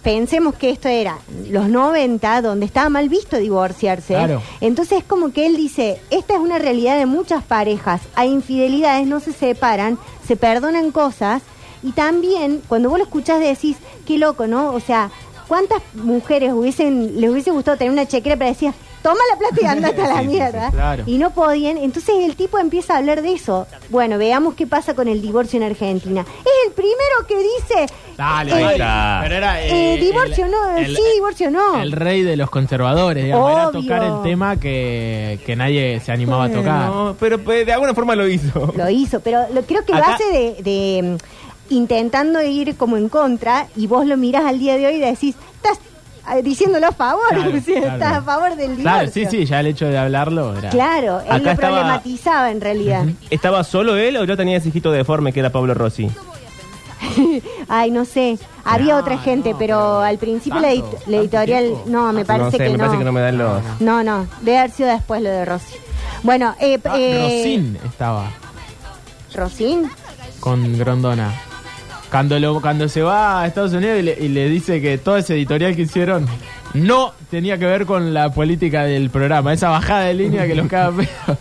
pensemos que esto era los 90, donde estaba mal visto divorciarse.
Claro.
Entonces es como que él dice, esta es una realidad de muchas parejas. Hay infidelidades, no se separan, se perdonan cosas. Y también, cuando vos lo escuchás decís, qué loco, ¿no? O sea, ¿cuántas mujeres hubiesen, les hubiese gustado tener una chequera para decir, toma la plata y andate a la
Sí, sí, sí,
mierda?
claro.
Y no podían. Entonces el tipo empieza a hablar de eso. Bueno, veamos qué pasa con el divorcio en Argentina. Es el primero que dice,
Dale,
Eh,
ahí
está.
Pero era,
eh, divorcio
el-
no, eh,
el-
sí, divorcio no.
El rey de los conservadores, digamos, era
Obvio.
tocar el tema que, que nadie se animaba
Eh,
a tocar.
No, pero pues, de alguna forma lo hizo.
Lo hizo, pero lo, creo que
Acá-
lo hace de, de, mm, intentando ir como en contra y vos lo mirás al día de hoy y decís, estás eh, diciéndolo a favor,
Claro,
o sea,
claro.
estás a favor del divorcio.
Claro, sí, sí, ya el hecho de hablarlo era.
Claro, él
Acá
lo
estaba-
problematizaba en realidad.
¿Estaba solo él o yo tenía ese hijito deforme que era Pablo Rossi?
Ay, no sé, había otra gente, pero, al principio la, edit- la editorial, no, me parece
no sé,
que no.
me parece que no me dan los.
No, no, debe haber sido después lo de Rossi. Bueno, eh,
Ah,
eh,
Rosin estaba
Rosin.
con Grondona. Cuando, lo, cuando se va a Estados Unidos y le, y le dice que todo ese editorial que hicieron no tenía que ver con la política del programa, esa bajada de línea que los caga pedo.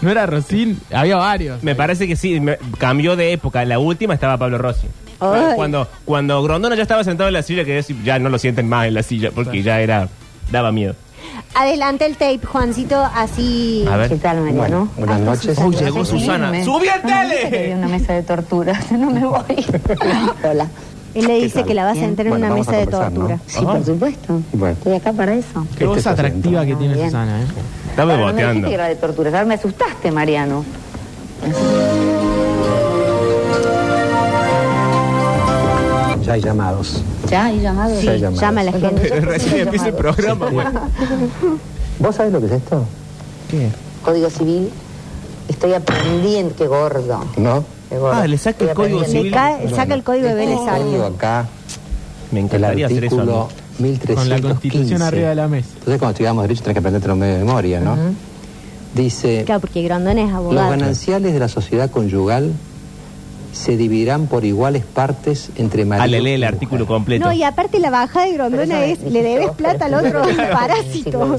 No era Rosin, había varios.
Me parece que sí, me- cambió de época. La última estaba Pablo Rossi.
Ay.
Cuando, cuando Grondona ya estaba sentado en la silla, que es- ya no lo sienten más en la silla porque ya era. daba miedo.
Adelante el tape, Juancito, así.
A ver. ¿Qué
tal, Mariano?
buenas noches.
Uy, llegó Susana. ¡Subí al
No me dijiste Ah, que había
tele!
una mesa de tortura. No me voy. Hola.
Él le dice que la vas a sentar en
Bueno,
una
vamos
mesa
a
de
conversar,
tortura.
Sí, por supuesto. Ah. Estoy acá para eso. Ah,
Qué voz atractiva que tiene Susana, ¿eh?
Estaba
No me dijiste que era de tortura. Ahora me asustaste, Mariano.
Ya hay llamados.
¿Ya? ¿Hay llamado?
Sí, Sí, hay llamados. llama a la
Oigan, yo
gente.
creo que
Recién
hay
empieza el
llamados.
programa, bueno. ¿Vos sabés lo que es esto? ¿Qué?
Código Civil. Estoy aprendiendo. Qué gordo.
¿No?
Qué gordo.
Ah, le saca el
Estoy
Código
aprendiendo.
Civil. Le cae-
saca el código de Vélez
El
Sarmiento.
código acá,
Me
el
encantaría hacer eso.
artículo
¿no?
1315.
Con la constitución arriba de la mesa.
Entonces cuando estudiamos derecho tenés que aprenderte los medios de memoria, ¿no? Dice,
Claro, porque Grondón es
Los
abogado.
gananciales de la sociedad conyugal se dividirán por iguales partes entre marido.
Alele Ah, el artículo completo.
No, y aparte la baja de Grondona es, le debes plata al otro parásito.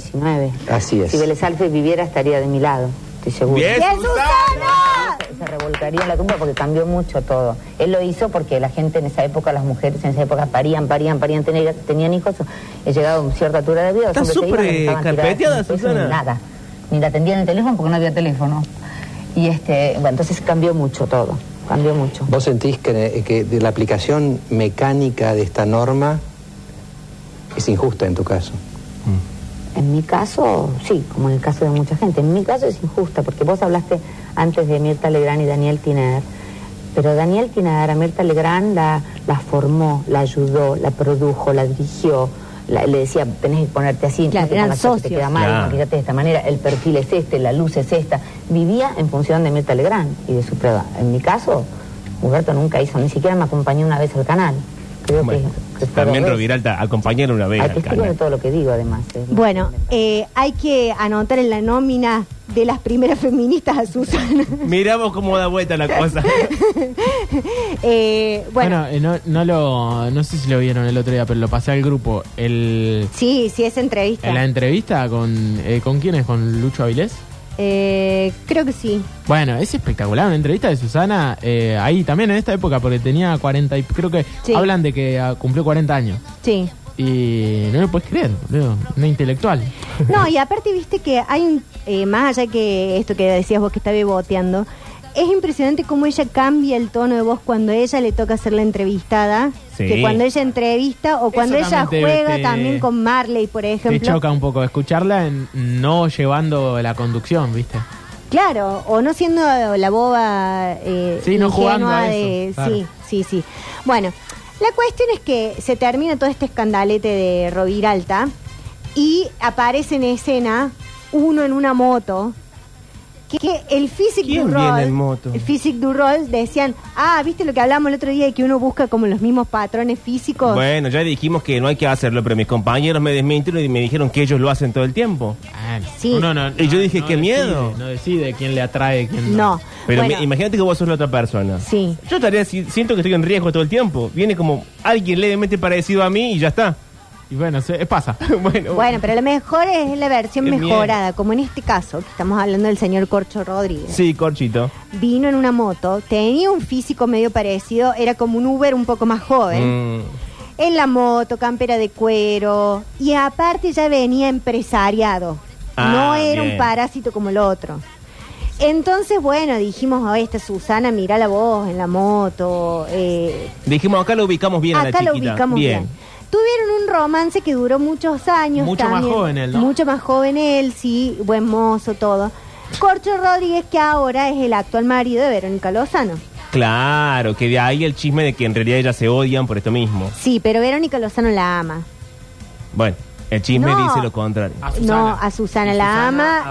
Así es.
Si Vélez Alférez viviera, estaría de mi lado. Estoy seguro.
¡Bien, ¡Bien, Susana!
Se revolcaría en la tumba porque cambió mucho todo. Él lo hizo porque la gente en esa época, las mujeres en esa época parían, parían, parían, tener- tenían hijos. He llegado a una cierta altura de vida.
Está
los hombres se
súper
iban, las dejaban
carpeteada,
tiradas, sin peso, ni
Susana.
Nada. Ni la atendían el teléfono porque no había teléfono. Y este, bueno, entonces cambió mucho todo. Cambió mucho.
¿Vos sentís que, que de la aplicación mecánica de esta norma es injusta en tu caso?
En mi caso, sí, como en el caso de mucha gente. En mi caso es injusta, porque vos hablaste antes de Mirta Legrand y Daniel Tiner. Pero Daniel Tiner, a Mirta Legrand la, la formó, la ayudó, la produjo, la dirigió. La- le decía, tenés que ponerte así,
Claro,
no te
eran
pongas esto que te
socios.
queda mal,
Claro.
maquillate de esta manera, el perfil es este, la luz es esta. Vivía en función de Mirta Legrand y de su prueba. En mi caso, Humberto nunca hizo, ni siquiera me acompañó una vez al canal. Creo que- que, fue
También
dos
Roviralta, acompañaron una vez
veces. Hay
al
que estar con
canal.
todo lo que digo, además. ¿eh?
Bueno, eh, hay que anotar en la nómina de las primeras feministas a Susana.
Miramos cómo da vuelta la cosa.
Eh, bueno,
Bueno, eh, no, no lo. No sé si lo vieron el otro día, pero lo pasé al grupo. El,
sí, sí, es entrevista.
en la entrevista con. eh, ¿Con quién es? ¿Con Lucho Avilés?
Eh, creo que sí.
Bueno, es espectacular una entrevista de Susana eh, ahí también en esta época porque tenía 40 y creo que
Sí.
hablan de que ah, cumplió 40 años
Sí.
y no lo puedes creer, boludo, una intelectual.
No, y aparte viste que hay un, eh, más allá que esto que decías vos que está beboteando, es impresionante cómo ella cambia el tono de voz cuando a ella le toca hacer la entrevistada,
Sí.
que cuando ella entrevista o cuando ella
también te-
juega
te-
también con Marley, por
Te
ejemplo.
choca un poco escucharla en- no llevando la conducción, ¿viste?
Claro, o no siendo la boba eh,
Sí, no jugando
ingenua
a eso,
de-
claro.
Sí, sí, sí. Bueno, la cuestión es que se termina todo este escandalete de Roviralta y aparece en escena uno en una moto que, que el Physic
¿Quién
du
viene
Rol-
en moto?
el Physic du Rol decían, ah, ¿viste lo que hablamos el otro día de que uno busca como los mismos patrones físicos?
Bueno, ya dijimos que no hay que hacerlo, pero mis compañeros me desmintieron y me dijeron que ellos lo hacen todo el tiempo.
Sí.
Uno no-
Y yo
no-
dije,
no
qué
decide,
miedo.
No decide quién le atrae, quién
No.
Pero
Bueno,
me- imagínate que vos sos la otra persona.
sí.
Yo estaría, si- siento que estoy en riesgo todo el tiempo. Viene como alguien levemente parecido a mí y ya está.
Y bueno, se, eh, pasa.
bueno,
Bueno, pero lo mejor es la versión
Qué miedo.
mejorada, como en este caso, que estamos hablando del señor Corcho Rodríguez.
Sí, corchito.
vino en una moto, tenía un físico medio parecido, era como un Uber un poco más joven.
Mm.
En la moto, campera de cuero, y aparte ya venía empresariado.
Ah,
no era
bien.
un parásito como el otro. Entonces, bueno, dijimos, a esta Susana, mirá la voz en la moto. eh,
Dijimos, acá lo ubicamos bien a la
acá
chiquita.
lo ubicamos bien. Tuvieron un romance que duró muchos años.
Mucho más
también.
joven él, ¿no?
Mucho más joven él, sí, buen mozo, todo. Corcho Rodríguez, que ahora es el actual marido de Verónica Lozano.
Claro, que de ahí el chisme de que en realidad ellas se odian por esto mismo.
Sí, pero Verónica Lozano la ama.
Bueno, el chisme
No. Ah,
dice lo contrario.
No, a Susana la ama.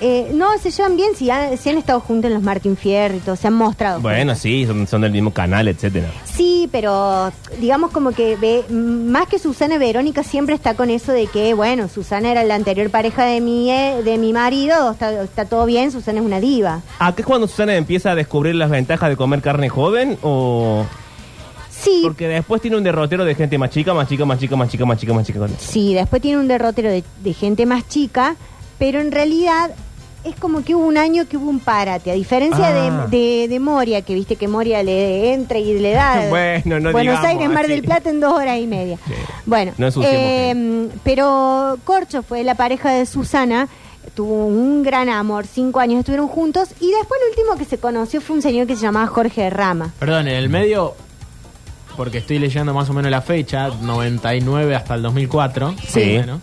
Eh, no, se llevan bien si han, si han estado juntos en los Martín Fierro y todo, se han mostrado.
Bueno, sí, son, son del mismo canal, etcétera.
Sí, pero digamos como que ve, más que Susana, Verónica siempre está con eso de que, bueno, Susana era la anterior pareja de mi, eh, de mi marido, está, está todo bien, Susana es una diva.
¿Acá es cuando Susana empieza a descubrir las ventajas de comer carne joven o...?
Sí.
Porque después tiene un derrotero de gente más chica, más chica, más chica, más chica, más chica, más chica.
Sí, después tiene un derrotero de, de gente más chica, pero en realidad es como que hubo un año que hubo un parate, a diferencia
Ah.
de, de- de Moria, que viste que Moria le entra y le da
Bueno, no
Buenos
digamos
Aires, Mar
así.
del Plata en dos horas y media. Bueno,
No ensuciemos,
eh, pero Corcho fue la pareja de Susana. Tuvo un gran amor, cinco años estuvieron juntos y después el último que se conoció fue un señor que se llamaba Jorge Rama.
Perdón, en el medio, porque estoy leyendo más o menos la fecha, 99 hasta el 2004.
Sí.
Bueno,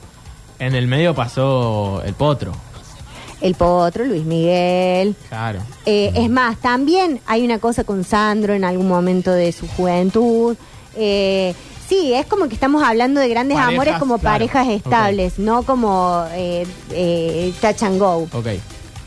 en el medio pasó el potro,
El potro, Luis Miguel.
claro.
Eh, es más, también hay una cosa con Sandro en algún momento de su juventud. Eh, sí, es como que estamos hablando de grandes
Parejas,
amores como
claro.
parejas estables, no como eh, eh, touch and go,
Ok.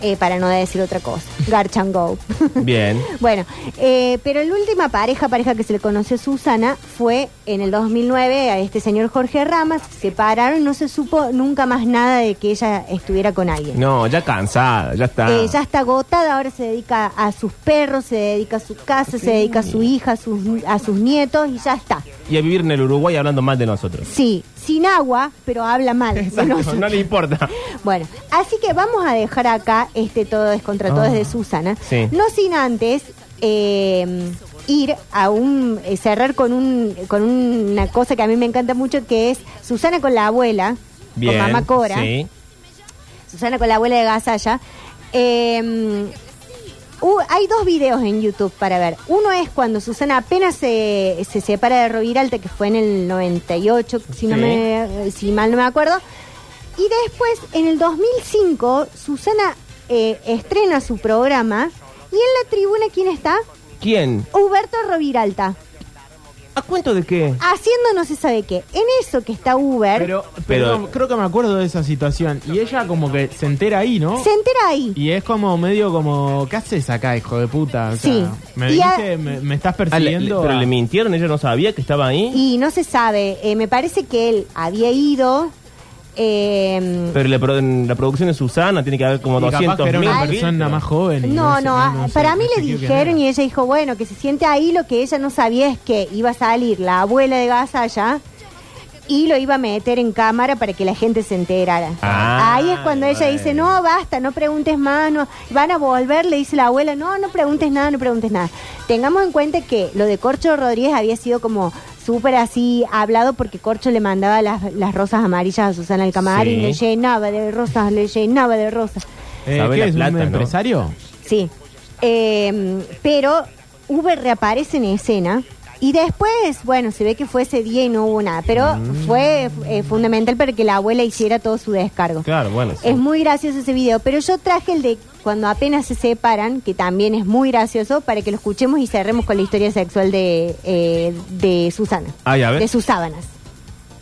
eh, para no decir otra cosa, garch and go.
Bien.
bueno, eh, pero la última pareja, pareja que se le conoció a Susana, fue en el 2009 a este señor Jorge Ramas, se separaron, no se supo nunca más nada de que ella estuviera con alguien.
No, ya cansada, ya está.
Eh, ya está agotada, ahora se dedica a sus perros, se dedica a su casa, se dedica a su hija, a sus, a sus nietos y ya está.
Y a vivir en el Uruguay hablando mal de nosotros.
Sí, sin agua, pero habla mal. Bueno,
Exacto, no le importa.
Bueno, así que vamos a dejar acá este todo es contra todo
Ah.
es de Susana.
Sí.
No sin antes eh, ir a un eh, cerrar con un con una cosa que a mí me encanta mucho que es Susana con la abuela,
Bien.
con mamá Cora.
Sí.
Susana con la abuela de Gasalla. Eh, hu- hay dos videos en YouTube para ver. Uno es cuando Susana apenas se, se separa de Roviralta, que fue en el 98, si, no
Sí.
me, si mal no me acuerdo. Y después, en el 2005, Susana eh, estrena su programa. Y en la tribuna, ¿quién está?
¿Quién?
Huberto Roviralta,
¿A cuento de qué?
haciendo no se sabe qué. En eso que está Uber,
Pero, perdón, creo que me acuerdo de esa situación. Y ella como que se entera ahí, ¿no?
se entera ahí.
Y es como medio como, ¿qué haces acá, hijo de puta? O sea,
Sí.
Me
Y a-
dijiste, me, me estás
Ah, le- le-
persiguiendo.
pero
a-
le mintieron, ella no sabía que estaba ahí.
Y no se sabe, eh, me parece que él había ido. eh,
Pero la, pro- en la producción de Susana tiene que haber como
Y capaz
200
que era una
mil
persona más joven. y
no,
sé,
no,
ah,
a-
sé,
para mí
no sé
le
qué- Eh, qué
dijeron
era.
y ella dijo, bueno, que se siente ahí, lo que ella no sabía es que iba a salir la abuela de Gasalla y lo iba a meter en cámara para que la gente se enterara.
Ah,
ahí es cuando ella dice, no, basta, no preguntes más, no, van a volver, le dice la abuela, no, no preguntes nada, no preguntes nada. Tengamos en cuenta que lo de Corcho Rodríguez había sido como súper así hablado porque Corcho le mandaba las, las rosas amarillas a Susana Alcamar y
Sí.
le llenaba de rosas, le llenaba de rosas.
Eh,
Sabe
¿qué
la
es,
plata,
un
¿no?
empresario?
Sí. Eh, pero Uber reaparece en escena. Y después, bueno, se ve que fue ese día y no hubo nada. Pero
Mm.
fue eh, fundamental para que la abuela hiciera todo su descargo.
Claro, bueno.
Eh,
sí.
Es muy gracioso ese video. Pero yo traje el de cuando apenas se separan, que también es muy gracioso, para que lo escuchemos y cerremos con la historia sexual de, eh, de Susana.
Ay, Ah, a ver.
De sus sábanas.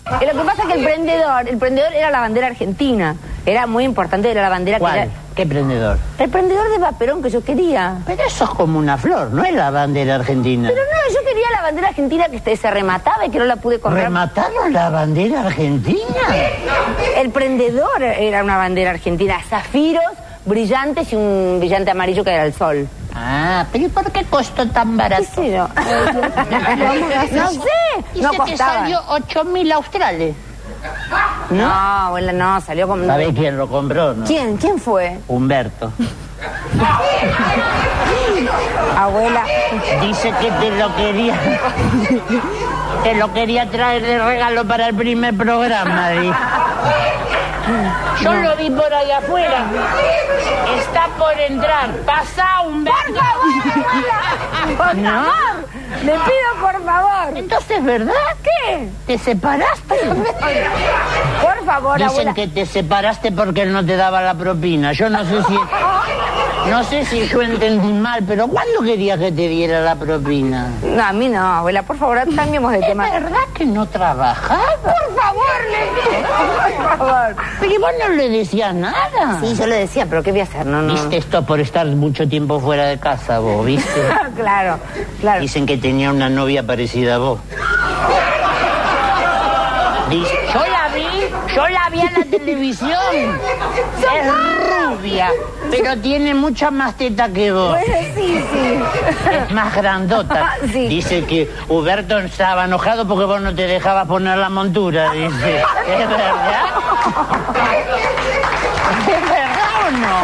Eh, Lo que pasa es que el prendedor, el prendedor era la bandera argentina. Era muy importante, era la bandera
¿Cuál?
que era...
¿Qué prendedor?
El prendedor de vaperón que yo quería.
Pero eso es como una flor, no es la bandera argentina.
Pero no, yo quería la bandera argentina que este- se remataba y que no la pude comprar.
¿Remataron la bandera argentina?
El prendedor era una bandera argentina, zafiros brillantes y un brillante amarillo que era el sol.
Ah, pero ¿y por qué costó tan barato?
No sé,
Y
no
se te
costaba.
salió 8.000 australes.
¿No? no, abuela, no, salió como...
¿Sabés quién lo compró? no?
¿Quién? ¿Quién fue?
Humberto.
Abuela.
Dice que te lo quería. Te lo quería traer de regalo para el primer programa, dijo. Yo lo vi por ahí afuera. Está por entrar. Pasa un
Por favor, le pido por favor.
Entonces, ¿verdad?
¿Qué?
¿Te separaste?
Por favor,
Dicen
abuela.
que te separaste porque él no te daba la propina. Yo no sé si
No sé si yo entendí mal, pero ¿cuándo querías que te diera la propina?
No, a mí no, abuela, por favor, cambiemos de tema.
Este,
¿Es verdad que no trabajas? Por favor, le Por favor. Pero ¿y vos no le decías nada.
Sí, yo le decía, pero ¿qué voy a hacer? No, no.
Ah. Viste esto por estar mucho tiempo fuera de casa, vos, ¿viste?
claro, claro.
Dicen que tenía una novia parecida a vos. Dice, yo la vi, yo la vi en la televisión. Es rubia, pero tiene mucha más teta que vos.
sí, sí.
Es más grandota.
Sí.
Dice que Huberto estaba enojado porque vos no te dejabas poner la montura, dice. ¿Es verdad? ¿Es verdad o no?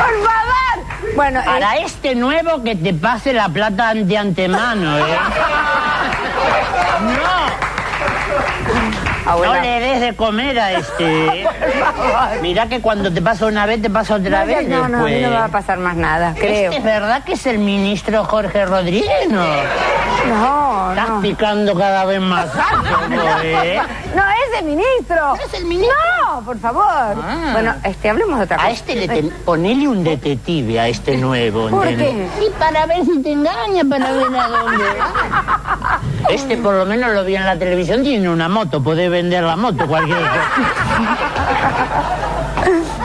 Por favor. Bueno, eh,
Para este nuevo que te pase la plata de antemano, ¿eh? No.
Abuela.
No le des de comer a este. ¿eh? Mirá que cuando te pasa una vez, te pasa otra
no, ya-
vez.
no, no, a mí
después.
no me va a pasar más nada, creo.
¿Este ¿Es verdad que es el ministro Jorge Rodríguez? No.
No,
Estás picando cada vez más. alto, ¿no, eh?
No, es el ministro. es el ministro? No, por favor. Bueno, este, hablemos de otra cosa.
Ah. A este le ten- ponele un detective a este nuevo.
¿Por
¿entendés?
qué?
Y para ver si te engaña, para ver a dónde. va. Este por lo menos lo vi en la televisión, tiene una moto, podés vender la moto cualquier cosa.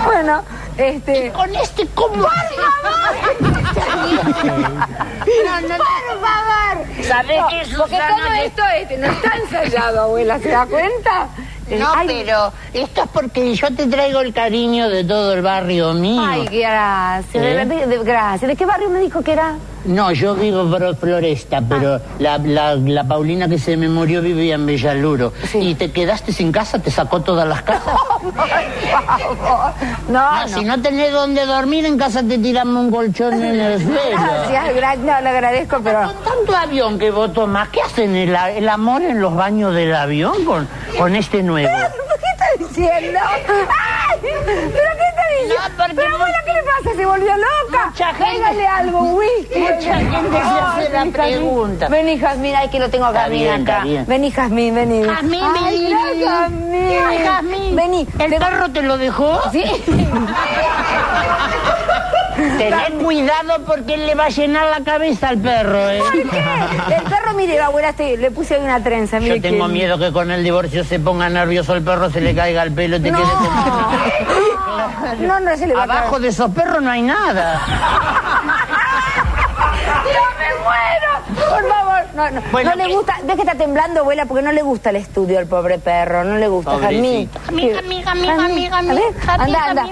Bueno, este...
Con este, ¿cómo?
No, no, por favor.
¿Sabés
No,
qué, Susana?
Porque todo esto este, no está ensayado, abuela, ¿se da cuenta? Eh,
No,
ay,
pero esto es porque yo te traigo el cariño de todo el barrio mío.
Ay, gracias.
¿Eh?
de- de- gracias. ¿De qué barrio me dijo que era?
No, yo vivo por Floresta, pero la, la- la Paulina que se me murió vivía en Bellaluro. Y te quedaste sin casa, te sacó todas las casas.
Oh, Por favor.
Ah,
No,
Si no tenés donde dormir, en casa te tiramos un colchón en el suelo.
Gracias, gracias. No, lo agradezco, pero...
Tanto avión que vos tomás, ¿qué hacen el, a- el amor en los baños del avión con, con este nuevo?
¿Qué está diciendo? ¡Ay! ¿Pero qué está diciendo? pero abuela, ¿qué le pasa? ¿Se volvió loca?
Mucha gente-
Tráigale algo, un whisky.
Mucha gente se hace
Ay,
la
Jazmín.
pregunta.
Vení, Jazmín, ay, que lo tengo acá,
Está
vení
bien,
acá.
está bien.
Vení, Jazmín, vení.
Jazmín,
Ay,
vení,
mirá,
vení.
Jazmín.
Ay, Jazmín.
Vení.
¿El perro te lo dejó?
Sí.
Tened cuidado porque él le va a llenar la cabeza al perro, ¿eh?
¿Por qué? El perro, mire, abuela, este, le puse hoy una trenza. Mire
Yo tengo
que-
miedo que con el divorcio se ponga nervioso el perro, se le caiga el pelo y te
No.
quede como...
No, no se le va a
Abajo
caer.
de esos perros no hay nada.
¡Yo me muero! Por favor. No, no.
Bueno, eh.
no le
¿qué?
gusta. Ves que está temblando, abuela, porque no le gusta el estudio al pobre perro. No le gusta. Jazmín.
Pobrecito.
Jazmín,
Jazmín,
Jazmín, Jazmín, A ver, anda, anda.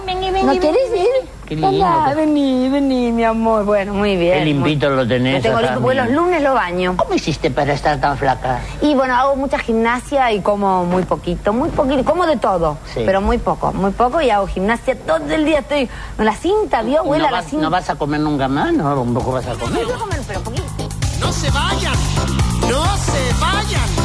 ¿No querés ir?
Qué lindo.
Anda, vení, vení, mi amor. Bueno, muy bien.
El limpito lo
No
tenés.
tengo
acá,
limpio porque los
mira.
lunes lo baño.
¿Cómo hiciste para estar tan flaca?
Y bueno, hago mucha gimnasia y como muy poquito, muy poquito, como de todo,
Sí.
pero muy poco, muy poco y hago gimnasia todo el día. Estoy con la cinta, vio,
¿Y
abuela,
no,
la
vas,
cinta.
no vas a comer nunca más? No, un poco vas a comer.
Voy a comer, pero poquito.
No se vayan, no se vayan.